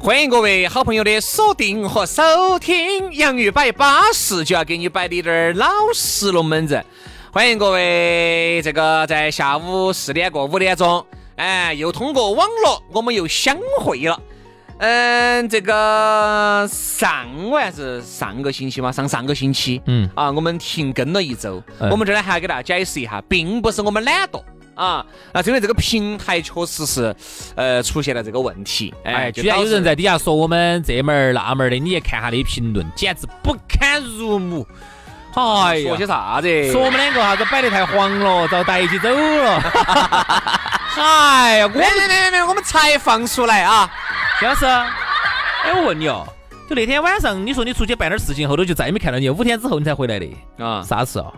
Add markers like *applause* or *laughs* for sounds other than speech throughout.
欢迎各位好朋友的锁定和收听，洋芋摆巴适就要给你摆的点儿老实龙门阵。欢迎各位，这个在下午四点过五点钟，哎，又通过网络我们又相会了。嗯，这个上我还是上个星期嘛，上上个星期，嗯啊，我们停更了一周。哎我们这儿呢还要给大家解释一下，并不是我们懒惰。啊，那因为这个平台确实是，呃，出现了这个问题，哎，哎，就居然导有致人在底下说我们这门儿那门儿的，你去看下的评论，简直不堪入目。哎呀说，些啥子？说我们两个啥子摆得太黄了，遭逮起走了。哎呀，我来来来来来，我们才放出来啊！姜老师， *laughs* 哎，我问你哦，就那天晚上你说你出去办点事情，后头就再也没看到你，五天之后你才回来的，啊，啥事哦？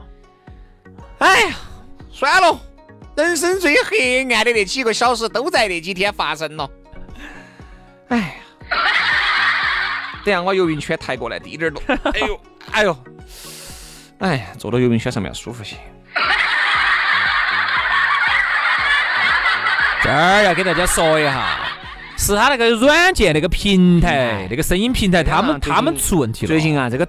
哎呀，算了，人生最黑暗的那几个小时都在那几天发生了。哎呀，等下我游泳圈抬过来低点儿落。哎呦，哎呦，哎呀，坐到游泳圈上面要舒服些。这儿要给大家说一下，是他那个软件那个平台哎，那个声音平台，他们最近他们出问题了，最近啊，这个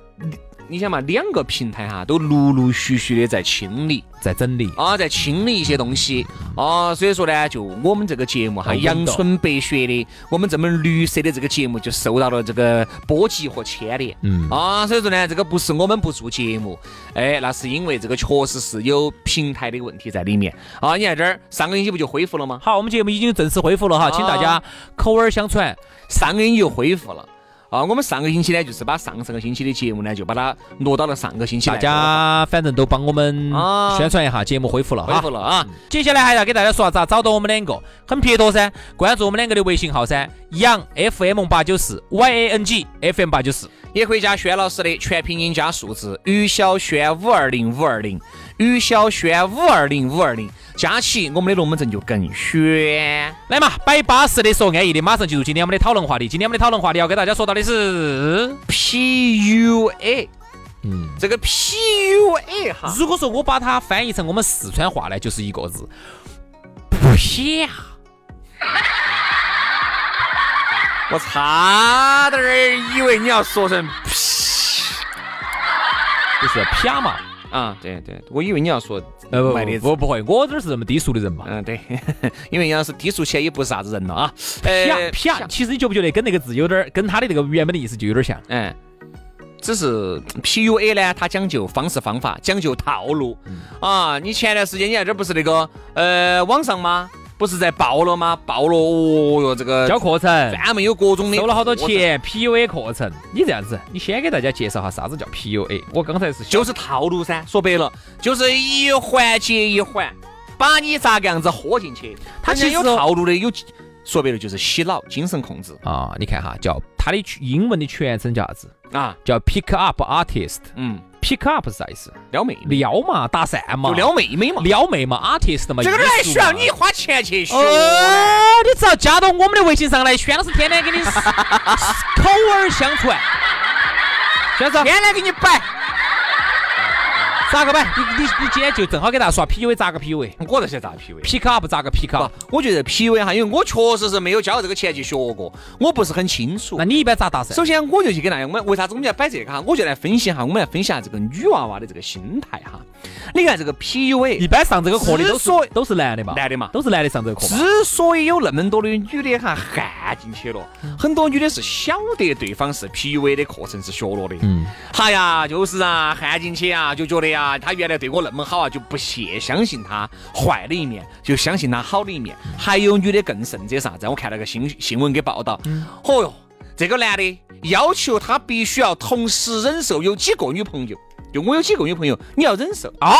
你想嘛，两个平台哈、都陆陆续续的在清理。在整理。啊，在清理一些东西啊，所以说呢，就我们这个节目哈，哦阳春白雪的，我们这么绿色的这个节目就受到了这个波及和牵连。嗯啊，所以说呢，这个不是我们不做节目，哎，那是因为这个确实是有平台的问题在里面啊。你看这儿，上个星期不就恢复了吗？好，我们节目已经正式恢复了哈，请大家口耳相传。上个星期又恢复了啊。我们上个星期呢，就是把上上个星期的节目呢，就把它挪到了上个星期来大家反正都帮我们啊宣传一下，节目恢复了恢哈复。了啊。接下来还要给大家说下咋找到我们两个，很撇脱噻，关注我们两个的微信号噻，杨 FM 八九四 Y A N G F M 八九四。也可以加轩老师的全拼音加数字，于小轩五二零五二零，于小轩五二零五二零，加起我们的龙门阵就更轩。来嘛，摆巴适的，说安逸的，马上进入今天我们的讨论话题。今天我们的讨论话题要给大家说到的是， PUA 嗯，这个 PUA 哈，如果说我把它翻译成我们四川话呢，就是一个字，啪。 *laughs* 我差点儿以为你要说成 P 就是啪嘛，啊，对对，我以为你要说呃卖的不不不会，我这儿是这么低俗的人嘛，嗯对， *laughs* 因为你要是低俗起来也不是啥子人了啊。啪啪，其实你觉不觉得跟那个字有点儿，跟他的那个原本的意思就有点像？嗯，只是 PUA 呢，它讲究方式方法，讲究套路、嗯啊。你前段时间你看这不是那个呃网上吗？不是在爆了吗？爆了，哦哟，这个教课程专门有 *laughs* 各种的，收了好多，钱，PUA 课程。你这样子，你先给大家介绍下啥子叫 PUA。我刚才是想就是套路噻。说白了，就是一环接一环，把你咋个样子豁进去。它人家其实有套路的，有说白了就是洗脑、精神控制啊，你看哈，叫它的英文的全称叫啥子？啊。叫 Pick Up Artist。嗯， Pick Up 是啥意思？撩妹妹，撩嘛，搭讪嘛，就撩妹妹嘛。撩妹嘛，artist 嘛。这个艺术哪嘛需要你花钱去学？哦，你只要加到我们的微信上来，轩老师天天 *laughs* 给你口耳相传。轩老师，天天给你摆，咋个摆？你你你今天就正好给大家说 PUA 咋个 PUA，pick 我这是咋 PUA？ up 咋个 pick 不 up？，我觉得 PUA 哈，因为我确实是没有交这个前去学过，我不是很清楚那。你一般咋搭讪？首先，我就去跟大家，我们为啥子我们要摆这个哈？我就来分析哈，我们来分析下这个女娃娃的这个心态哈。你看这个一 PUA，般上这个课的都之所是都是男的嘛，男的嘛都是男的上这个课嘛。之所以有那么多的女的哈陷进去了，很多女的是晓得对方是 PUA 的课程是学了的，嗯，哎呀，就是啊，陷进去啊，就觉得呀、他原来对我那么好啊，就不屑相信他坏的一面，就相信他好的一面。还有女的更甚者啥子？我看了个新新闻给报道，哦哟，这个男的要求他必须要同时忍受有几个女朋友，就我有几个女朋友，你要忍受，啊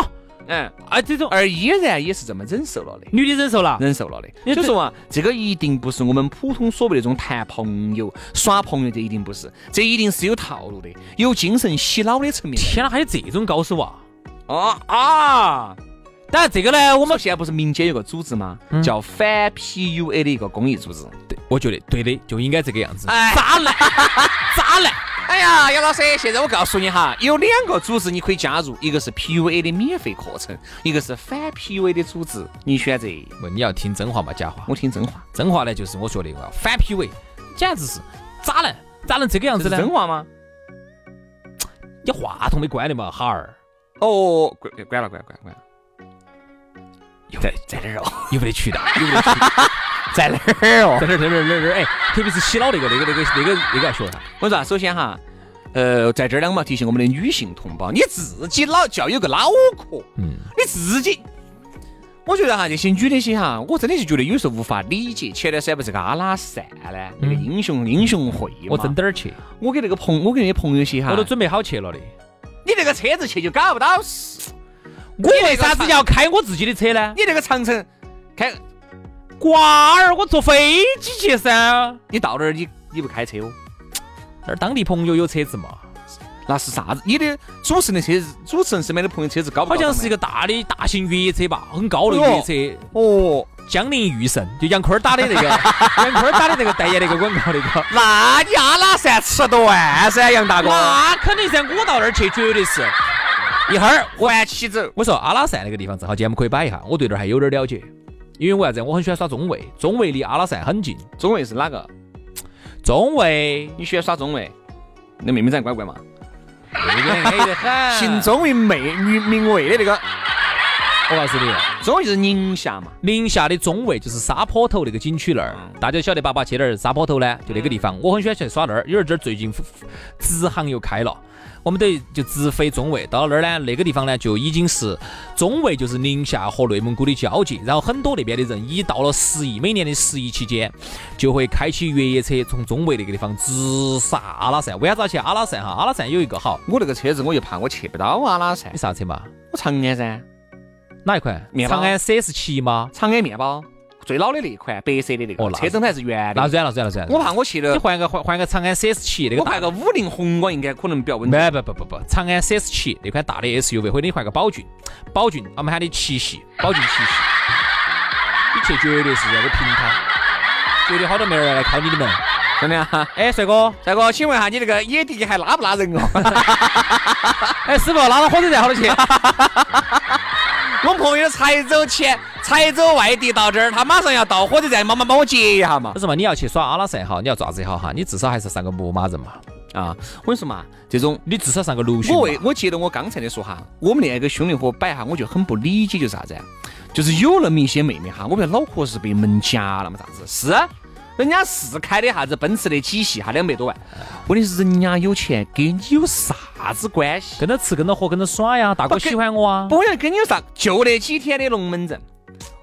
嗯，啊，这种而依然也是这么忍受了的。女的忍受了，忍受了你这的。所以说嘛，这个一定不是我们普通所谓那种谈朋友、耍朋友，这一定不是，这一定是有套路的，有精神洗脑的层面天哪，还有这种高手啊！的。啊啊！当然这个呢，我我们们嗯现在不是民间有个组织吗？叫反 PUA 的一个公益组织。我觉得对的，就应该这个样子。哎，渣男， *laughs* 渣男！哎呀，杨老师，现在我告诉你哈，有两个组织你可以加入，一个是 PUA 的免费课程，一个是反 PUA 的组织，你选择。问你要听真话嘛，假话？我听真话，真话呢，就是我说的我要反 PUA，简直是渣男，咋能这个样这子是呢？真话吗？你话筒没关的嘛，哈儿，哦，关关了，关了关了关了。在在哪儿哦？有没得 *laughs* 渠道？有没得渠道？在哪儿哦？在哪儿？在哪儿？哪儿？哪儿？哎，特别是洗脑那个、那个、那个、那个、那个要学一下。我说、啊，首先哈，呃，在这儿呢，我们要提醒我们的女性同胞，你自己脑就要有个脑壳，嗯，你自己。我觉得哈，这些女的些哈，我真的是觉得有时候无法理解。前段时间不是个阿拉善呢，那个英雄英雄会嘛嗯我真，点儿去，我给那个朋，我给那些朋友些哈，我都准备好去了的。嗯你那个车子去就搞不到事。我为啥子要开我自己的车呢？你那个长城开，瓜儿，我坐飞机去噻。你到那儿你你不开车哦？那儿当地朋友有车子嘛？那是啥子？你的主持人的车子，主持人身边的朋友车子搞不好到的吗？像是一个大的大型越野车吧，很高的越野车，哦，江陵驭胜，就杨坤儿打的那 *laughs* 个，杨坤儿打的那个代言那个广告那个。那你阿拉善吃断噻，杨大 *laughs* 哥。那肯定噻，我到那儿去绝对是。一会儿我环起走。我说阿拉善那个地方正好，今天我们可以摆一下，我对那儿还有点了解。因为为啥子？我很喜欢耍中卫，中卫离阿拉善很近。中卫是哪个？中卫，你喜欢耍中卫？那妹妹长得乖乖嘛？那个黑得 *laughs* 很。行，中卫妹女名卫的那个，我告诉你，中卫就是宁夏嘛。宁夏的中卫就是沙坡头那个景区那儿，嗯大家晓得爸爸去哪儿？沙坡头呢，就那个地方，我很喜欢去耍那儿。因为这儿最近直航又开了，我们等于就直飞中卫。到那儿呢，那个地方呢就已经是中卫，就是宁夏和内蒙古的交界。然后很多那边的人一到了十一，每年的十一期间，就会开起越野车从中卫那个地方直杀阿拉善。为啥子要去阿拉善哈？阿拉善有一个好，我那个车子我就怕我去不到阿拉善你，啥车嘛？我长安噻，哪一款？面包长安 CS 七吗？长安面包最老的那一款，白色的那哦个，那车灯牌是圆那的。软了软了软了。我怕我去你了，换个换换个长安 CS 七那个我大怕个五菱宏光应该可能比较稳。没不不不不，长安 CS 七那款大的 SUV，或者你换个宝骏，宝骏我们喊的七系，宝骏七系，你去绝对是要个平摊，绝对好多妹儿要来敲你的门。真的啊， *laughs* 哎，帅哥，帅哥，请问一下你那个野地还拉不拉人 *laughs* 哦？哎，师傅，拉到火车站好多去？我朋友才走前，才走外地到这儿，他马上要到火车站，妈妈帮我接一下嘛不。是嘛，你要去耍阿拉善也好，你要做啥子也好哈，你至少还是上个牧马人嘛，啊，我跟你说嘛，这种你至少上个陆巡我嘛。为我接着我刚才的说哈，我们那个兄弟伙摆哈，我就很不理解，就是啥子啊？就是有那么一些妹妹哈，我们脑壳是被门夹了嘛？啥子？是，啊人家是开的啥子奔驰的几系哈，两百多万。问题是人家有钱，跟你有啥子关系？跟着吃，跟着喝，跟着耍呀，大哥不跟喜欢我啊。不，跟你有啥？就那几天的龙门阵，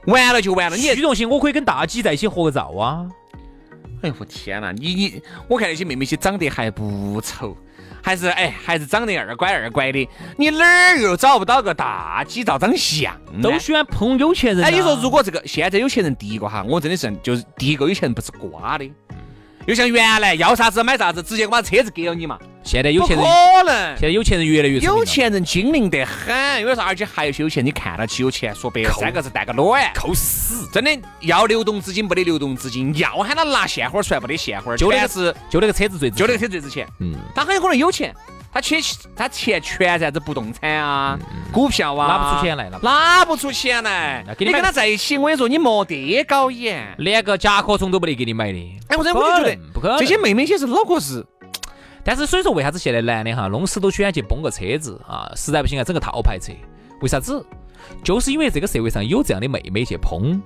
完了就完了。你虚荣心，我可以跟大姐在一起合个照啊。哎呦我天呐，你你，我看那些妹妹些长得还不丑，还是哎还是长得二拐二拐的，你哪儿又找不到个大鸡照张相呢？都喜欢碰有钱人、啊。哎，你说如果这个现在有钱人，第一个哈，我真的是就是第一个有钱人不是瓜的，又像原来要啥子买啥子，直接我把车子给了你嘛，现在有钱人不，可能现。在有钱人越来越聪明有了钱人精明得很，因为啥？而且还有些有钱，你看到起有钱，说白了三个字，蛋个卵，抠死！真的要流动资金没得流动资金，要喊他拿现花儿出来没得现花儿，就那全个是就那个车子最值就那钱个车最值钱。嗯，他很有可能有钱，他钱他钱全在这不动产啊、股票啊，拿嗯不出钱来拿不出拿不出钱来那。给你你买跟他在一起，我跟你说，你没得搞眼。连个甲壳虫都不得给你买的。哎，我真的我就觉得不可能这些妹妹些是脑壳是但是所以说，为啥子现在男的哈，弄死都喜欢去崩个车子啊？实在不行啊，整个套牌车。为啥子？就是因为这个社会上有这样的妹妹去捧，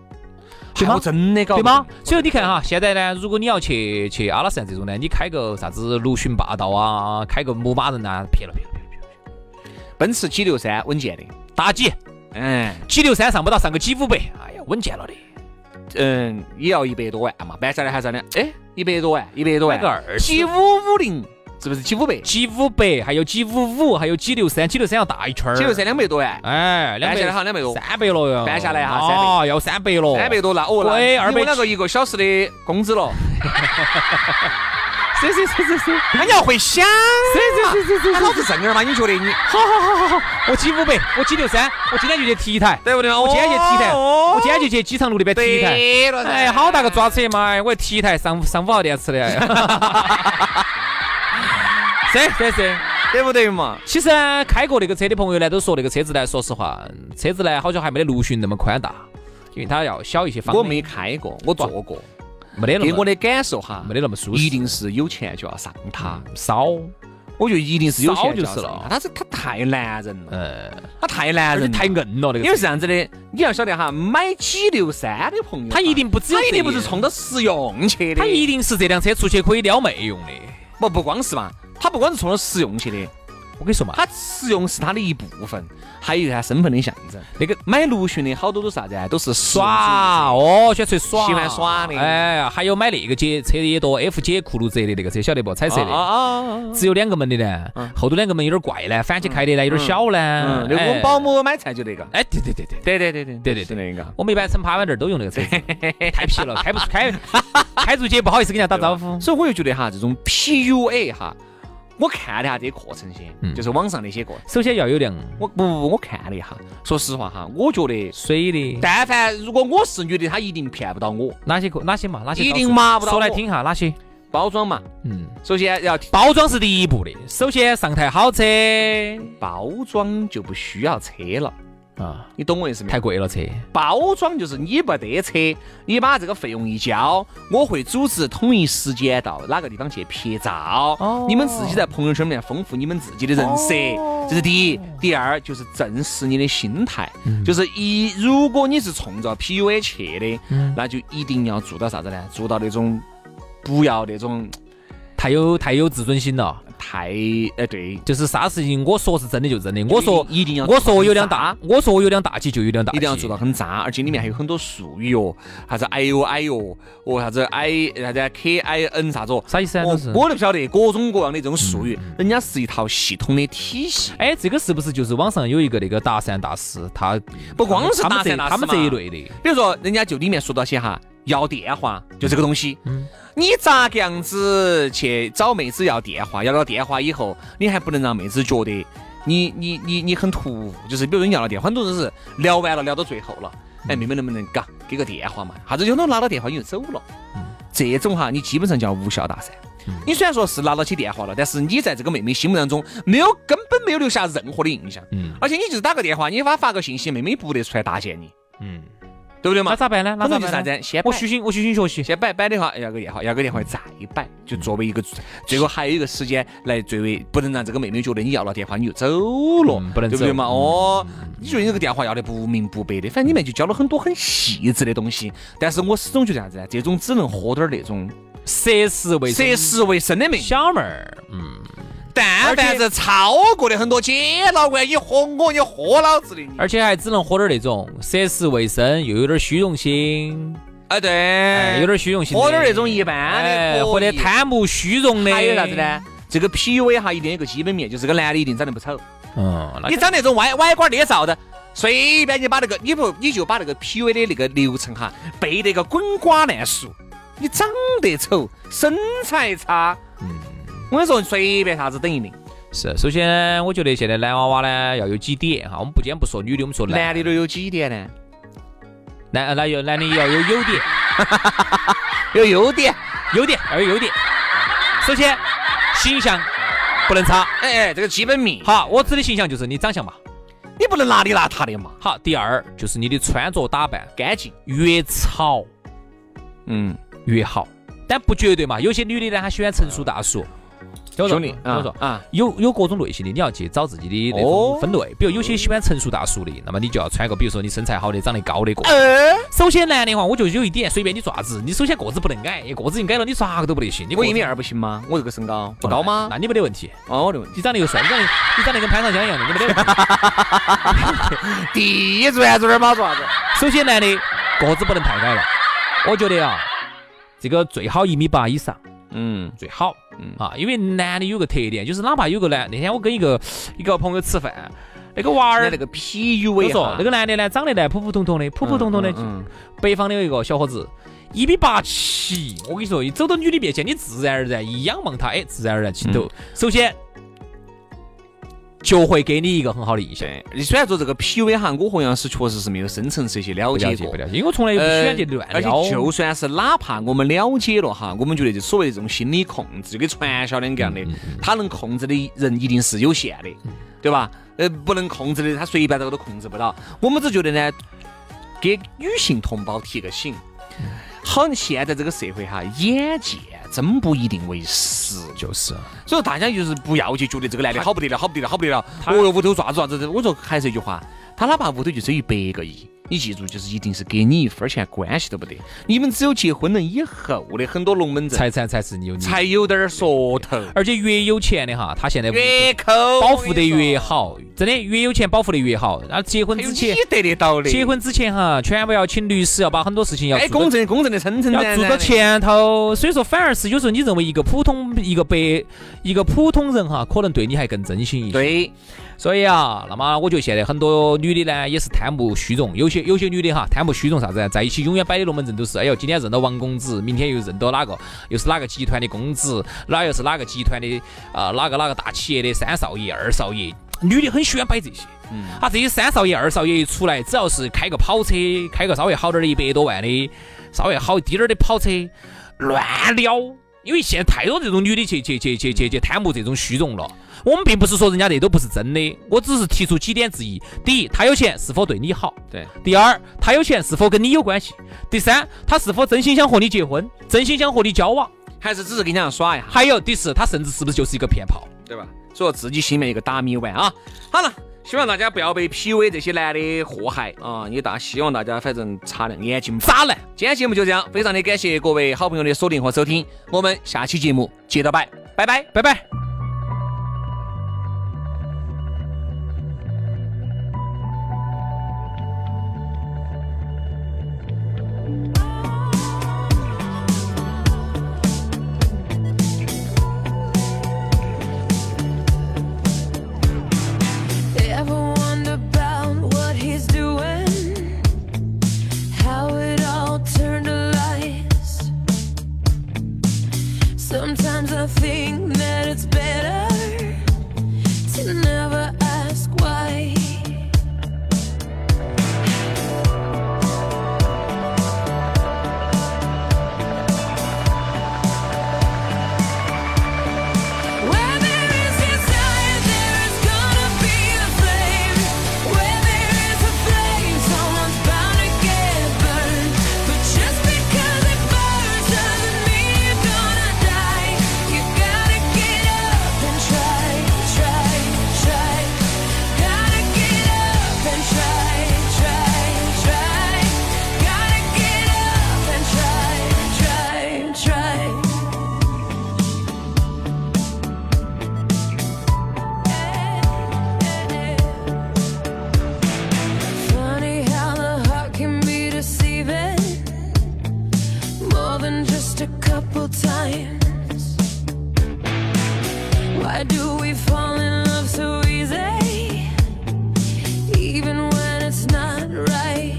对哎吗我？真的搞对不吗懂？所以你看哈，现在呢，如果你要去去阿拉善这种呢，你开个啥子陆巡霸道啊，开个牧马人呐、撇了撇了撇了撇了，奔驰 G 六三稳健的，打几嗯 G 六三上不到，上个 G 五百，哎呀，稳健了的。嗯，也要一百多万嘛，搬下来还是的，哎，一百多万，一百多万，买个二十 G 五五零是不是 G 五百 G 五百，还有 G 五五，还有 G 六三，G 六三要大一圈儿。 ？G 六三两百多万，哎，两搬下百来好像两百多三百了哟，搬下来哈三百啊，要三百了，三百多了，哦，那喂你二百我那个一个小时的工 *laughs* 资了，是是是是是，那你要会想嘛，哎老子正儿嘛，你觉得你好好好好好，我挤五百，我挤六三，我今天就去 T 台，对不对嘛？我今天去 T 台，哦我今天就去机场路那边 T 台。对了噻，哎，好大个抓扯嘛！哎我 T 台上上五号店吃的。是是是，对不对嘛？其实呢，开过那个车的朋友呢，都说那个车子呢，说实话，嗯车子呢好像还没得陆巡那么宽大，因为它要小一些方我面。没开过，我坐过，没得那给我么的感受哈，没得那么舒适，一定是有钱就要上它。少。我觉得一定是有骚钱就是要上了他是他太男人了，呃，他太男而且人了，太硬了那个车。因为是这样子的，你要晓得哈，买 G 六三的朋友，他一定不只有他一定这不是冲着实用去的，它一定是这辆车出去可以撩妹用的。不不光是嘛，他不光是冲着实用去的，我跟你说嘛，他实用是他的一部分，还有他身份的象征。那个买陆巡的好多都啥子啊，都是实用主义者。耍哦，喜欢出去耍，喜欢耍的哎呀，还有买那个街车也多，F 街酷路泽的那个车，晓得不？彩色啊的，啊啊！啊只有两个门的呢，后头两个门有点怪呢，反起开的嗯呢有点小呢嗯，。那个我哎们保。姆买菜就那个，哎，对对对对。对对对对对对是那个。我们一般乘爬板凳儿都用那个车 *laughs* 子，太皮了，开不出开，开出去不好意思跟人家打招呼。 *laughs* 所以我就觉得哈，这种 PUA 哈，我看了一下这些课程嗯先，就是网上那些课首先要有辆我不不不，我看了一下，说实话哈，我觉得，水的，但凡如果我是女的，她一定骗不到我。哪些可哪些嘛，哪些一定招数麻不到说来我听哈，哪些？包装嘛，嗯，首先要包装是第一步的，首先上台好车包装就不需要车了，啊，你懂我意思没太有？贵了车。包装就是你不得车，你把这个费用一交，我会组织统一时间到哪个地方去拍照，哦你们自己在朋友圈里面丰富你们自己的人设，这是第一。第二就是正视你的心态，就是一如果你是冲着 PUA 去的，那就一定要做到啥子呢？做到那种不要那种太有太有自尊心了，太哎对，就是啥事情我说是真的就真的，我说一定要我说我有辆做大到，我说我有辆大 G 就有辆大 G，一定要做到很渣，而且里面还有很多术语哦，啥子哎呦哎呦，哦啥子 I 啥子 K I N 啥子哦，啥意思啊？我都是。我都不晓得各种各样的这种术语，人家是一套系统的体系。哎，这个是不是就是网上有一个那个搭讪大师，他不光是他们这搭讪大师他们这嘛一类的，比如说，人家就里面说到些哈，要电话，就这个东西。你咋个样子去找妹子要电话？要了电话以后，你还不能让妹子觉得你你你你很突兀，就是比如你要了电话，很多人是聊完了聊到最后了，哎，妹妹能不能嘎给个电话嘛？啥子有都拿到电话你就走了，这种哈你基本上叫无效搭讪。你虽然说是拿到起电话了，但是你在这个妹妹心目当中没有根本没有留下任何的印象，嗯而且你就是打个电话，你给她发个信息，妹妹不得出来搭讪你，嗯，对不对嘛那？咋办呢？那可咋能就办是啥呢？子，先我摆虚心，我虚心学习。先摆摆的话，要个电话，要个电话再摆，就作为一个嗯最后还有一个时间来作为，不能让这个妹妹觉得你要了电话你就走了，嗯不能对不对嘛？走哦，你觉得你这个电话要得不明不白的，反正里面就教了很多很细致的东西，但是我始终觉得啥子呢？这种只能喝点儿那种涉世未深涉世未深的妹，小妹儿，嗯但凡是超过的很多，姐老倌，你喝我，你喝老子的，你而且还只能喝点那种涉世未深又有点虚荣心，哎对，哎，有点虚荣心的，喝点儿那种一般哎，的，或者贪慕虚荣的，还有啥子？呢？这个 PUA 哈，一定有个基本面，就是这个男的一定长得不丑，嗯，那你长那种歪歪瓜裂枣的，随便你把那个你不你就把那个 PUA 的那个流程哈背得个滚瓜烂熟。你长得丑，身材差，我跟你说，随便啥子等于零，是，首先我觉得现在男娃娃呢要有几点啊哈，我们不今天不说女的，我们说男男的都有几点呢？男呃男有男的要有优点，有优点，优点要有优点。首先，形象不能差。哎哎，这个基本面，好，我指的形象就是你长相嘛。你不能邋里邋遢的嘛，好，第二就是你的穿着打扮干净。越潮嗯，越好，但不绝对嘛。有些女的呢，她喜欢成熟大叔。听我说兄弟，听我说，啊，有有各种类型的，你要去找自己的那哦种分类。比如有些喜欢成熟大叔的，那么你就要穿个，比如说你身材好的、长得高的个。呃，首先男的话，我就有一点，随便你做啥子，你首先个子不能矮，个子一矮了，你啥个都不得行。你我个子一米二不行吗？我这个身高不高吗那？你没得问题，哦，我的问题，你长得又帅，你长得你长得跟潘长江一样的，你没得问题。地转转嘛，做啥子？首先男的个子不能太矮了，我觉得啊，这个最好一米八以上。嗯最好，嗯啊，因为男的有个特点，就是哪怕有个男，那天我跟一个一个朋友吃饭，那个娃而儿那，个我 PUA 说哈那个男的呢，长得呢普普通通的，普普通通的，嗯嗯北方的有一个小伙子，一米八七，我跟你说，一走到女的面前，你自然而然一仰望他，哎，自然而然起头，嗯首先就会给你一个很好的印象。对，你虽然说这个 PUA 哈，我好像是确实是没有深层次去了不解了解，过呃不。了解，因为我从来也不喜欢去乱而且撩。就算是哪怕我们了解了哈，我们觉得就所谓的这种心理控制，就跟传销两个样的，嗯他能控制的人一定是有限的，对吧？呃，不能控制的，他随便这个都控制不到。我们只觉得呢，给女性同胞提个醒，嗯好，像现在这个社会哈，眼见真不一定为实，就是，所以说大家就是不要去觉得这个男的好不得了，好不得了，好不得了。他哦哟，屋头啥子啥子，我说还是一句话，他哪怕屋头就只有一百个亿，你记住，就是一定是给你一分钱关系都不得。你们只有结婚了以后的很多龙门阵，财产才是你有你，才有点儿说头，而且越有钱的哈，他现在越抠保护得越。好，真的越有钱保护得越好。然后结婚还有之你前，得得到的，结婚之前哈，全部要请律师，要把很多事情要哎，做公到正公正的，称称要赞做到赞的。前头。所以说，反而是有时候你认为一个普通一个白一个普通人哈，可能对你还更真心一些。对，所以啊，那么我觉得现在很多女的呢，也是贪慕虚荣，有些有些女的哈，贪慕虚荣啥子呢，在一起永远摆的龙门阵都是，哎呦，今天认到王公子，明天又认到哪个，又是哪个集团的公子，哪又是哪个集团的啊、呃哪个哪个大企业的三少爷、二少爷，女的很喜欢摆这些。嗯，啊，这些三少爷、二少爷一出来，只要是开个跑车，开个稍微好点儿的，一百多万的，稍微好一滴点儿的跑车，乱撩。因为现在太多这种女的去去去去去去贪慕这种虚荣了。我们并不是说人家这都不是真的，我只是提出几点质疑：第一，他有钱是否对你好；对，第二，他有钱是否跟你有关系；第三，他是否真心想和你结婚，真心想和你交往；还是只是跟人家耍一下。还有第四，他甚至是不是就是一个骗炮？对吧？所以自己心里面一个打米碗啊。好了，希望大家不要被 PUA 这些男的祸害啊！也大希望大家反正擦亮眼睛吧。渣男。今天节目就这样，非常的感谢各位好朋友的锁定和收听，我们下期节目接着摆，拜拜，拜拜。 Ever wonder about what he's doing? How it all turned to lies? Sometimes I think that it's better to never ask why. Where there is desire, there is gonna be a flame. Where there is a flame, someone's bound to get burned. But just because it burns doesn't mean you're gonna die. You gotta get up and try, try, try. Gotta get up and try, try, try. Gotta get up and try, try, try. Funny how the heart can be deceiving more than just a couple times. Why do we fall in love so easy, even when it's not right?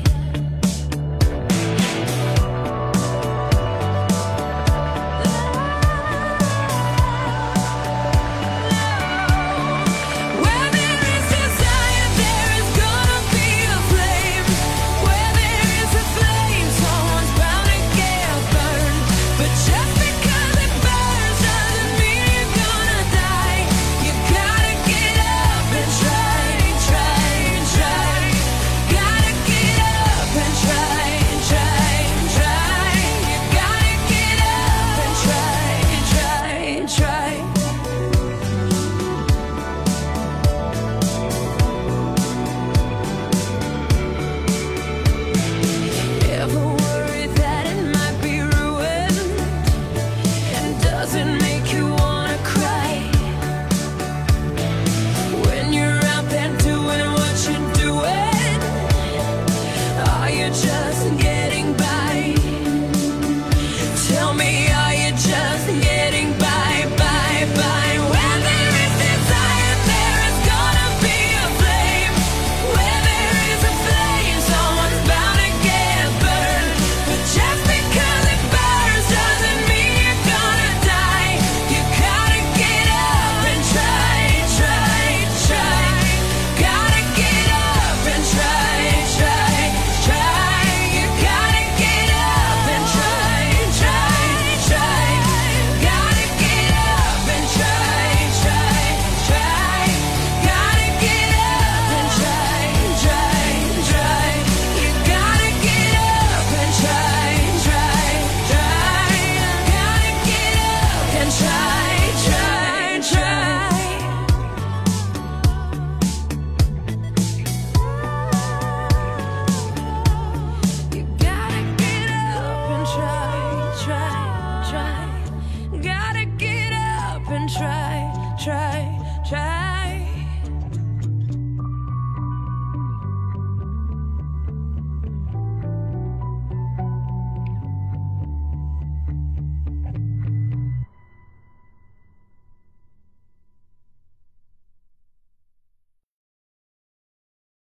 Where there is desire, there is gonna be a flame. Where there is a flame, someone's bound to get burned. But just because it and try, try, try.